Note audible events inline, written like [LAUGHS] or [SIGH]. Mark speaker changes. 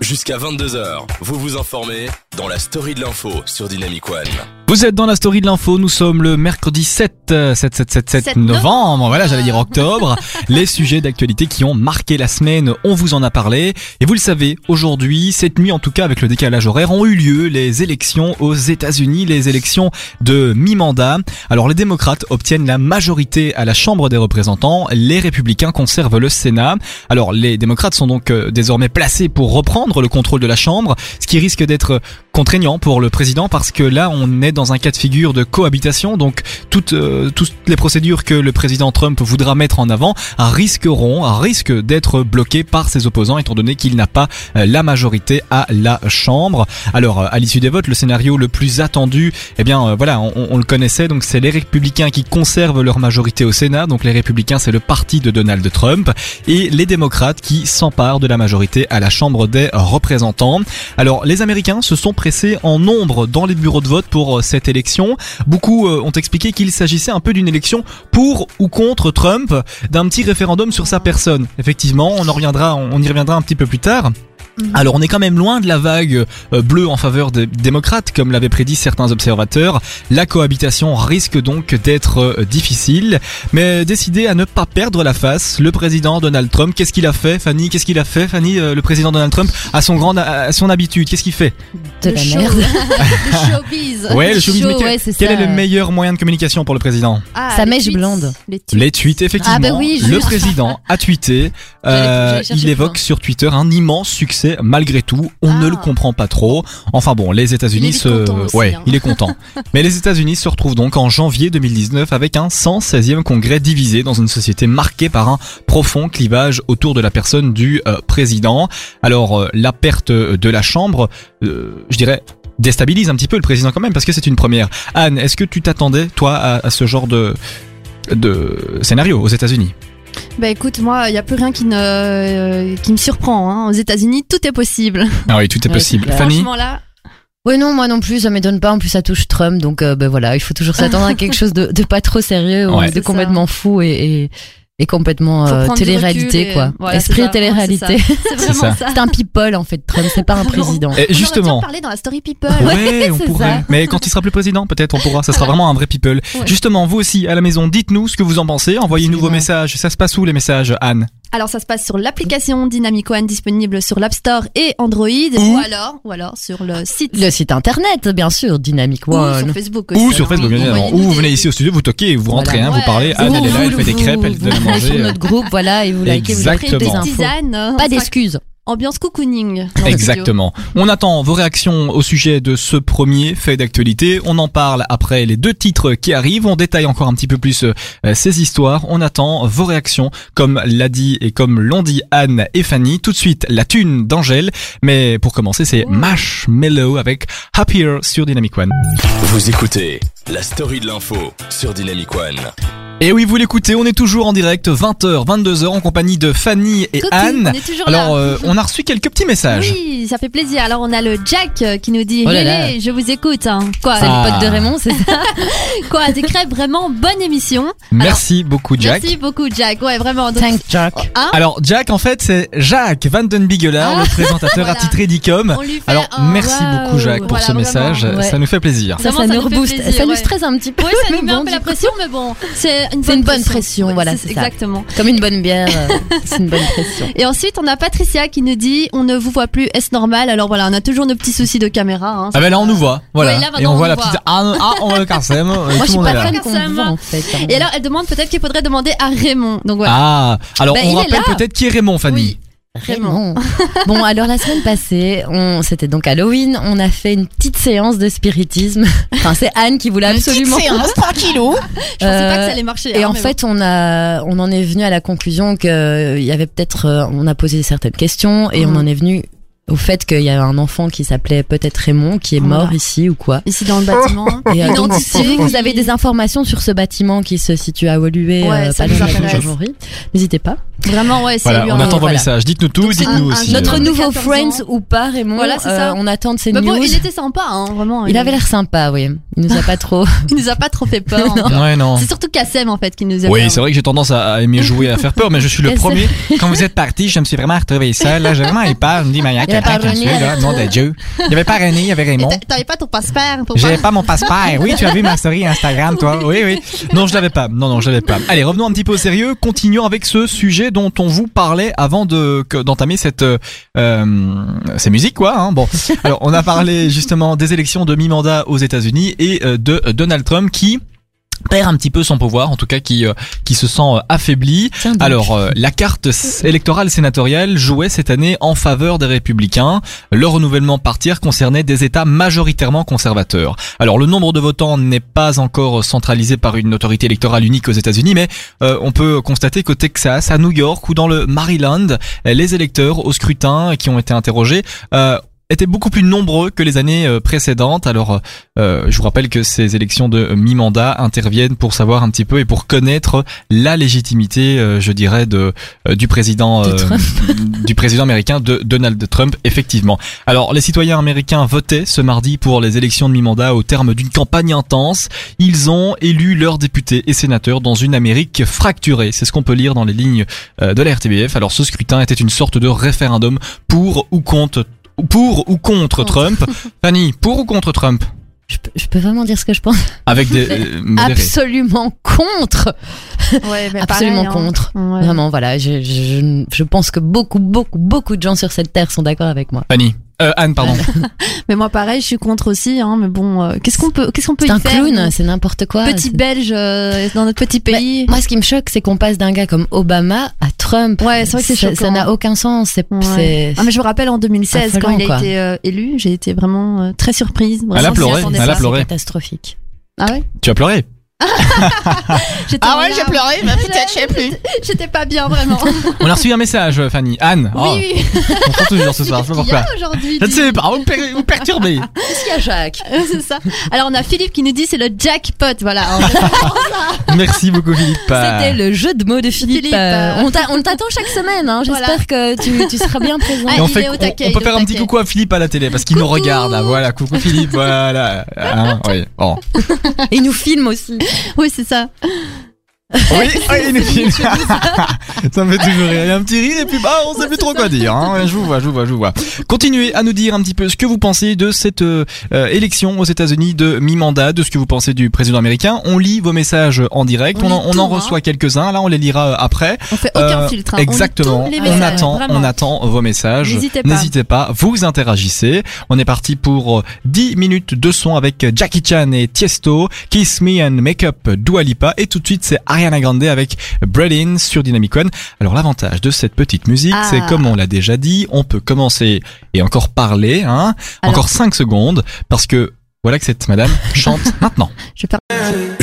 Speaker 1: Jusqu'à 22h, vous vous informez dans la story de l'info sur Dynamic One.
Speaker 2: Vous êtes dans la story de l'info, nous sommes le mercredi 7, euh, 7, 7, 7, 7
Speaker 3: Sept
Speaker 2: novembre, voilà j'allais dire octobre, les sujets d'actualité qui ont marqué la semaine, on vous en a parlé, et vous le savez, aujourd'hui, cette nuit en tout cas avec le décalage horaire, ont eu lieu les élections aux États-Unis, les élections de mi-mandat. Alors les démocrates obtiennent la majorité à la Chambre des représentants, les républicains conservent le Sénat. Alors les démocrates sont donc euh, désormais placés pour reprendre le contrôle de la Chambre, ce qui risque d'être contraignant pour le président parce que là on est dans un cas de figure de cohabitation, donc toutes, euh, toutes les procédures que le président Trump voudra mettre en avant risqueront, risquent d'être bloquées par ses opposants étant donné qu'il n'a pas euh, la majorité à la Chambre. Alors euh, à l'issue des votes, le scénario le plus attendu, eh bien euh, voilà, on, on le connaissait, donc c'est les républicains qui conservent leur majorité au Sénat, donc les républicains c'est le parti de Donald Trump, et les démocrates qui s'emparent de la majorité à la Chambre des représentants. Alors les Américains se sont pressés en nombre dans les bureaux de vote pour euh, cette élection. Beaucoup euh, ont expliqué qu'il s'agissait un peu d'une élection pour ou contre Trump, d'un petit référendum sur sa personne. Effectivement, on en reviendra, on on y reviendra un petit peu plus tard. Alors on est quand même loin de la vague euh, bleue en faveur des démocrates, comme l'avaient prédit certains observateurs. La cohabitation risque donc d'être euh, difficile. Mais décidé à ne pas perdre la face, le président Donald Trump, qu'est-ce qu'il a fait, Fanny Qu'est-ce qu'il a fait, Fanny euh, Le président Donald Trump, à son grand, à son habitude, qu'est-ce qu'il fait
Speaker 3: De la
Speaker 4: [LAUGHS]
Speaker 3: merde. Le showbiz.
Speaker 2: Ouais, le
Speaker 4: Show,
Speaker 2: showbiz, mais quel,
Speaker 4: ouais, Euh, c'est
Speaker 2: quel
Speaker 4: ça.
Speaker 2: est le meilleur moyen de communication pour le président
Speaker 3: Ah,
Speaker 4: Sa
Speaker 3: les
Speaker 4: mèche
Speaker 3: tweets.
Speaker 4: blonde.
Speaker 3: Les tweets.
Speaker 2: Les tweets, effectivement.
Speaker 4: Ah bah oui,
Speaker 2: le
Speaker 4: juste.
Speaker 2: président a tweeté. euh,
Speaker 4: j'allais chercher
Speaker 2: il
Speaker 4: le
Speaker 2: évoque
Speaker 4: point.
Speaker 2: sur Twitter un immense succès malgré tout. On ne
Speaker 3: Ah.
Speaker 2: le comprend pas trop. Enfin bon, les
Speaker 3: Il
Speaker 2: États-Unis
Speaker 3: est vite
Speaker 2: se.
Speaker 3: content aussi,
Speaker 2: ouais,
Speaker 3: hein.
Speaker 2: il est
Speaker 3: [LAUGHS]
Speaker 2: content. Mais les États-Unis se retrouvent donc en janvier 2019 avec un 116e congrès divisé dans une société marquée par un profond clivage autour de la personne du euh, président. Alors euh, la perte de la Chambre, euh, je dirais déstabilise un petit peu le président quand même parce que c'est une première. Anne, est-ce que tu t'attendais toi à, à ce genre de de scénario aux États-Unis
Speaker 3: Bah écoute, moi, il n'y a plus rien qui, ne, euh, qui me surprend. hein. Aux États-Unis, tout est possible.
Speaker 2: Ah oui, tout est
Speaker 4: Ouais,
Speaker 2: possible.
Speaker 4: c'est clair.
Speaker 2: Fanny,
Speaker 3: Franchement, là.
Speaker 4: Ouais, non, moi non plus, ça m'étonne pas. En plus, ça touche Trump, donc euh, ben voilà, il faut toujours s'attendre à quelque chose de, de pas trop sérieux, ou
Speaker 2: Ouais.
Speaker 4: de
Speaker 3: C'est
Speaker 4: complètement fou et, et, et complètement
Speaker 3: faut
Speaker 4: euh,
Speaker 3: prendre du
Speaker 4: télé-réalité,
Speaker 3: recul et-
Speaker 4: quoi.
Speaker 3: voilà, c'est
Speaker 4: Esprit
Speaker 3: ça.
Speaker 4: télé-réalité.
Speaker 3: Ouais, C'est ça. C'est
Speaker 2: C'est
Speaker 3: vraiment ça.
Speaker 4: C'est un people en fait, Trump, c'est
Speaker 3: [LAUGHS]
Speaker 4: pas un président.
Speaker 2: Eh, justement.
Speaker 3: On parler dans la story people.
Speaker 2: Ouais, on
Speaker 4: c'est
Speaker 2: pourrait.
Speaker 4: ça.
Speaker 2: Mais quand il sera plus président, peut-être on pourra. Ça sera vraiment un vrai people.
Speaker 3: Ouais.
Speaker 2: Justement, vous aussi à la maison, dites-nous ce que vous en pensez. Envoyez-nous vos
Speaker 4: Absolument.
Speaker 2: messages. Ça se passe où les messages, Anne
Speaker 3: Alors ça se passe sur l'application Dynamic One disponible sur l'App Store et Android ou alors ou alors sur le site
Speaker 4: Le site internet, bien sûr, Dynamic
Speaker 3: ou
Speaker 4: One.
Speaker 3: sur
Speaker 2: Ah,
Speaker 3: Facebook aussi.
Speaker 2: Ou sur
Speaker 3: alors,
Speaker 2: Facebook,
Speaker 3: oui,
Speaker 2: bien évidemment.
Speaker 3: envoyez-nous
Speaker 2: Ou vous
Speaker 3: des-
Speaker 2: venez ici au studio, vous toquez, vous rentrez,
Speaker 4: Voilà.
Speaker 2: hein, vous
Speaker 3: Ouais.
Speaker 2: parlez. Anne,
Speaker 4: Vous-
Speaker 2: elle est là,
Speaker 4: vous-
Speaker 2: elle fait des
Speaker 4: vous-
Speaker 2: crêpes, elle
Speaker 4: vous
Speaker 2: donne à
Speaker 4: venez [LAUGHS] sur
Speaker 2: manger. euh,
Speaker 4: notre groupe, voilà, et vous likez, vous
Speaker 3: Après,
Speaker 4: prenez
Speaker 3: des
Speaker 4: des
Speaker 2: Exactement.
Speaker 4: infos.
Speaker 3: tisanes, euh,
Speaker 4: Pas
Speaker 3: on sera
Speaker 4: d'excuses.
Speaker 3: ambiance cocooning. dans le
Speaker 2: Exactement. On attend vos réactions au sujet de ce premier fait d'actualité. On en parle après les deux titres qui arrivent. On détaille encore un petit peu plus euh, ces histoires. On attend vos réactions, comme l'a dit et comme l'ont dit Anne et Fanny. Tout de suite, la thune d'Angèle. Mais pour commencer, c'est
Speaker 3: Mmh.
Speaker 2: Marshmello avec Happier sur Dynamic One.
Speaker 1: Vous écoutez la story de l'info sur Dynamic One.
Speaker 2: Et oui, vous l'écoutez, on est toujours en direct, 20h, 22h, en compagnie de Fanny et
Speaker 3: studio. Coquine,
Speaker 2: Anne.
Speaker 3: on est toujours là.
Speaker 2: Alors, euh, on a reçu quelques petits messages.
Speaker 3: Oui, ça fait plaisir. Alors on a le Jack euh, qui nous dit
Speaker 4: Oh là
Speaker 3: Hey,
Speaker 4: là.
Speaker 3: hey, je vous écoute. hein. Quoi,
Speaker 2: Ah.
Speaker 4: Pote de Raymond, c'est ça
Speaker 3: quoi, des crêpes vraiment bonne émission.
Speaker 2: Merci beaucoup, Jack.
Speaker 3: Merci beaucoup Jack. Ouais, [LAUGHS] vraiment. Donc,
Speaker 4: Thanks, Jack.
Speaker 3: hein,
Speaker 2: Alors Jack en fait c'est Jacques Vandenbigelaar,
Speaker 3: Ah.
Speaker 2: le présentateur
Speaker 3: [LAUGHS] Voilà.
Speaker 2: attitré d'Icom.
Speaker 3: on lui fait
Speaker 2: Alors
Speaker 3: un
Speaker 2: merci
Speaker 3: wow.
Speaker 2: beaucoup Jacques pour
Speaker 3: Voilà,
Speaker 2: ce
Speaker 3: vraiment.
Speaker 2: message,
Speaker 4: ouais.
Speaker 2: ça nous fait plaisir.
Speaker 4: Ça,
Speaker 3: Vraiment,
Speaker 4: ça,
Speaker 3: ça
Speaker 4: nous
Speaker 3: nous fait
Speaker 4: rebooste,
Speaker 3: plaisir,
Speaker 4: ça nous
Speaker 3: ouais.
Speaker 4: stresse un petit peu.
Speaker 3: Oui, ça
Speaker 4: mais
Speaker 3: nous met
Speaker 4: bon,
Speaker 3: un peu
Speaker 4: du
Speaker 3: la
Speaker 4: coup,
Speaker 3: pression, mais bon, c'est une bonne
Speaker 4: C'est une bonne
Speaker 3: pression.
Speaker 4: pression,
Speaker 3: Ouais,
Speaker 4: voilà,
Speaker 3: c'est-
Speaker 4: c'est ça.
Speaker 3: Exactement.
Speaker 4: Comme une bonne bière, euh, c'est une bonne
Speaker 3: [LAUGHS]
Speaker 4: pression.
Speaker 3: Et ensuite, on a Patricia qui nous dit On ne vous voit plus, est-ce normal Alors voilà, on a toujours nos petits soucis de caméra. hein.
Speaker 2: Ah ben là on nous voit, voilà.
Speaker 3: Ouais, là, maintenant,
Speaker 2: Et on
Speaker 3: on
Speaker 2: voit la
Speaker 3: nous
Speaker 2: petite Anne, ah on voit le
Speaker 3: [LAUGHS]
Speaker 2: Karsem, tout
Speaker 4: Moi, je
Speaker 2: le
Speaker 4: suis
Speaker 2: monde est
Speaker 4: pas
Speaker 2: là.
Speaker 4: fan
Speaker 3: là.
Speaker 4: qu'on me voit, en fait. hein.
Speaker 3: Et alors, elle demande peut-être qu'il faudrait demander à Raymond. Donc voilà.
Speaker 2: Ah, alors
Speaker 3: Bah,
Speaker 2: on
Speaker 3: il est
Speaker 2: rappelle
Speaker 3: là.
Speaker 2: peut-être qui est Raymond Fanny.
Speaker 3: Oui.
Speaker 4: Raymond. [LAUGHS] bon, alors la semaine passée, on, c'était donc Halloween, on a fait une petite séance de spiritisme. [LAUGHS] Enfin, c'est Anne qui voulait absolument. [LAUGHS]
Speaker 2: tranquillou.
Speaker 3: Je pensais pas que
Speaker 4: Euh,
Speaker 3: ça allait marcher.
Speaker 4: Et
Speaker 3: hein,
Speaker 4: en
Speaker 3: mais
Speaker 4: fait, on a, on en est venu à la conclusion que euh, il y avait peut-être, euh, on a posé certaines questions et
Speaker 3: Mhm.
Speaker 4: on en est venu au fait qu'il y avait un enfant qui s'appelait peut-être Raymond qui est
Speaker 3: Voilà.
Speaker 4: mort ici ou quoi.
Speaker 3: bon. ici dans
Speaker 2: [LAUGHS]
Speaker 3: le bâtiment. [LAUGHS]
Speaker 4: Et euh, donc,
Speaker 3: Identité
Speaker 4: si vous
Speaker 3: qui-
Speaker 4: avez des informations sur ce bâtiment qui se situe à Woluwe,
Speaker 3: Ouais,
Speaker 4: euh,
Speaker 3: ça
Speaker 4: pas
Speaker 3: nous
Speaker 4: loin de la
Speaker 3: intéresse.
Speaker 4: Conciergerie, n'hésitez pas.
Speaker 3: Vraiment, ouais, c'est
Speaker 2: Voilà,
Speaker 3: lui
Speaker 2: on
Speaker 3: un-
Speaker 2: attend vos
Speaker 4: voilà.
Speaker 2: messages. Dites-nous tout,
Speaker 3: Donc, c'est
Speaker 2: dites-nous
Speaker 3: un-
Speaker 2: aussi.
Speaker 3: notre
Speaker 2: euh,
Speaker 4: Notre
Speaker 3: de
Speaker 4: nouveau
Speaker 3: 14 ans.
Speaker 4: Friends ou pas, Raymond,
Speaker 3: Voilà, c'est ça.
Speaker 4: euh, on attend de ses
Speaker 3: Mais
Speaker 4: news.
Speaker 3: bon, il était sympa, hein, vraiment.
Speaker 4: Il avait l'air sympa, oui. Il nous a pas trop.
Speaker 3: il nous a pas trop fait
Speaker 4: [LAUGHS]
Speaker 3: peur. hein.
Speaker 2: Ouais
Speaker 3: [LAUGHS]
Speaker 2: non.
Speaker 3: C'est surtout Kassem en fait qui nous a
Speaker 2: Oui,
Speaker 3: peur.
Speaker 2: c'est vrai que j'ai tendance à à aimer jouer, à faire peur, mais je suis le
Speaker 3: [LAUGHS]
Speaker 4: Et c'est-
Speaker 2: premier. Quand vous êtes parti, je me suis vraiment retrouvé seul. Là, j'ai vraiment eu peur. Je me dis, mais il y a
Speaker 4: Il y T'avais pas René
Speaker 2: là, nom de Dieu. Il n'y avait pas René, il y
Speaker 3: [LAUGHS]
Speaker 2: avait Raymond.
Speaker 3: Et t'a- T'avais pas ton passe-père pour
Speaker 2: J'avais pas mon passeport. Oui, tu as vu ma story Instagram, toi. Oui, oui. Non, je l'avais pas. Non, non, je l'avais pas. Allez, revenons un petit peu au sérieux. Continuons avec ce sujet dont on vous parlait avant de que- d'entamer cette euh, euh, ces musiques, quoi. hein. Bon, alors on a parlé justement des élections de mi-mandat aux États-Unis et euh, de euh, Donald Trump qui perd un petit peu son pouvoir, en tout cas qui euh, qui se sent euh, affaibli.
Speaker 4: [LAUGHS] Tiens donc.
Speaker 2: Alors, euh, la carte s- électorale sénatoriale jouait cette année en faveur des républicains. Le renouvellement partir concernait des États majoritairement conservateurs. Alors, le nombre de votants n'est pas encore centralisé par une autorité électorale unique aux États-Unis, mais euh, on peut constater qu'au Texas, à New York ou dans le Maryland, les électeurs au scrutin qui ont été interrogés euh, étaient beaucoup plus nombreux que les années euh, précédentes. Alors, euh, je vous rappelle que ces élections de mi-mandat interviennent pour savoir un petit peu et pour connaître la légitimité, euh, je dirais, de euh, du président
Speaker 4: De Trump.
Speaker 2: [LAUGHS] du président américain de Donald Trump. Effectivement. Alors, les citoyens américains votaient ce mardi pour les élections de mi-mandat au terme d'une campagne intense. Ils ont élu leurs députés et sénateurs dans une Amérique fracturée. C'est ce qu'on peut lire dans les lignes euh, de la RTBF. Alors, ce scrutin était une sorte de référendum pour ou contre pour ou contre
Speaker 3: Contre.
Speaker 4: [LAUGHS]
Speaker 2: Trump. Fanny, pour ou contre Trump
Speaker 4: je, peux, je peux vraiment dire ce que je pense.
Speaker 2: Avec des euh, modérés.
Speaker 4: Absolument contre. [LAUGHS]
Speaker 3: Ouais, mais
Speaker 4: Absolument
Speaker 3: pareil, hein.
Speaker 4: contre.
Speaker 3: Ouais.
Speaker 4: Vraiment, voilà. Je, je, je pense que beaucoup, beaucoup, beaucoup de gens sur cette terre sont d'accord avec moi.
Speaker 2: Fanny. Euh, Anne,
Speaker 4: [LAUGHS]
Speaker 2: pardon.
Speaker 3: Mais moi, pareil, je suis contre aussi. Hein, mais bon, euh, qu'est-ce qu'on peut, qu'est-ce qu'on peut
Speaker 4: C'est
Speaker 3: y
Speaker 4: un
Speaker 3: faire
Speaker 4: clown,
Speaker 3: nous,
Speaker 4: c'est n'importe quoi.
Speaker 3: Petit Belge euh, dans notre petit
Speaker 4: Mais
Speaker 3: pays.
Speaker 4: Moi, ce qui me choque, c'est qu'on passe d'un gars comme Obama à Trump.
Speaker 3: Ouais, c'est vrai que c'est
Speaker 4: Ça- Ça
Speaker 3: choquant.
Speaker 4: n'a aucun sens. C'est.
Speaker 3: Ouais.
Speaker 4: c'est-
Speaker 3: Ah, mais je me rappelle en 2016 quand
Speaker 4: Affolant,
Speaker 3: il a
Speaker 4: quoi.
Speaker 3: été euh, élu, j'ai été vraiment euh, très surprise. Vraiment,
Speaker 2: Elle a
Speaker 3: on s'y
Speaker 2: pleuré,
Speaker 3: attendait
Speaker 2: elle a
Speaker 3: pas.
Speaker 2: pleuré.
Speaker 4: catastrophique.
Speaker 3: Ah ouais.
Speaker 2: tu as pleuré
Speaker 3: J'étais en larmes.
Speaker 5: Ah pleuré, mais
Speaker 3: peut-être,
Speaker 5: je sais plus.
Speaker 3: J'étais pas bien
Speaker 4: [LAUGHS]
Speaker 3: vraiment.
Speaker 2: On a reçu un message, euh, Fanny. Anne. Oh,
Speaker 3: oui, oui.
Speaker 2: On prend toujours ce soir, je sais pas
Speaker 3: Qu'est-ce qu'il
Speaker 2: pourquoi.
Speaker 3: y [LAUGHS] a aujourd'hui
Speaker 2: Je ne
Speaker 3: dis-
Speaker 2: sais pas, vous, me per- vous me
Speaker 3: [LAUGHS]
Speaker 2: perturbez.
Speaker 4: Qu'est-ce qu'il y a, Jacques
Speaker 3: C'est ça. Alors on a Philippe qui nous dit c'est le jackpot, voilà.
Speaker 4: [LAUGHS]
Speaker 2: Merci beaucoup, Philippe.
Speaker 4: C'était le jeu de mots de Philippe.
Speaker 3: Philippe,
Speaker 4: Euh,
Speaker 3: euh,
Speaker 4: on t'a- on t'attend chaque semaine. hein. J'espère que tu, tu seras bien [LAUGHS] présent.
Speaker 3: Ah,
Speaker 2: Et on,
Speaker 3: il
Speaker 2: fait,
Speaker 3: est au
Speaker 2: on-
Speaker 3: taquet,
Speaker 2: on
Speaker 3: il
Speaker 2: peut
Speaker 3: est au
Speaker 2: faire un petit
Speaker 3: taquet.
Speaker 2: coucou à Philippe à la télé parce qu'il nous regarde. ah, voilà, coucou Philippe,
Speaker 3: [LAUGHS]
Speaker 2: voilà. Hein, oui. Oh.
Speaker 4: Ah, Et nous filme aussi.
Speaker 3: oui, c'est ça.
Speaker 2: Oui, oui, il nous filme. [LAUGHS] Ça me fait toujours rire. Il y a un petit rire et puis bah, on sait plus trop quoi dire. hein. Je vous vois, je vous vois, je vous vois. Continuez à nous dire un petit peu ce que vous pensez de cette euh, euh, élection aux États-Unis de mi-mandat, de ce que vous pensez du président américain. On lit vos messages en direct.
Speaker 3: On
Speaker 2: On, en,
Speaker 3: lit
Speaker 2: on en
Speaker 3: tout, hein.
Speaker 2: reçoit quelques-uns. Là, on les lira euh, après.
Speaker 3: On fait aucun
Speaker 2: Euh,
Speaker 3: filtre. hein. On lit
Speaker 2: Exactement.
Speaker 3: tous les
Speaker 2: on
Speaker 3: messages,
Speaker 2: attend,
Speaker 3: vraiment.
Speaker 2: on attend vos messages.
Speaker 3: N'hésitez pas.
Speaker 2: N'hésitez pas, vous interagissez. On est parti pour euh, 10 minutes de son avec euh, Jackie Chan et Tiesto, Kiss Me and Make Up Dua Lipa et tout de suite c'est Ariana Grande avec Bread In sur Dynamic One. Alors l'avantage de cette petite musique,
Speaker 3: Ah.
Speaker 2: c'est comme on l'a déjà dit, on peut commencer et encore parler hein,
Speaker 3: Alors- [LAUGHS]
Speaker 2: encore 5 secondes parce que voilà que cette madame chante maintenant.
Speaker 3: Je vais faire-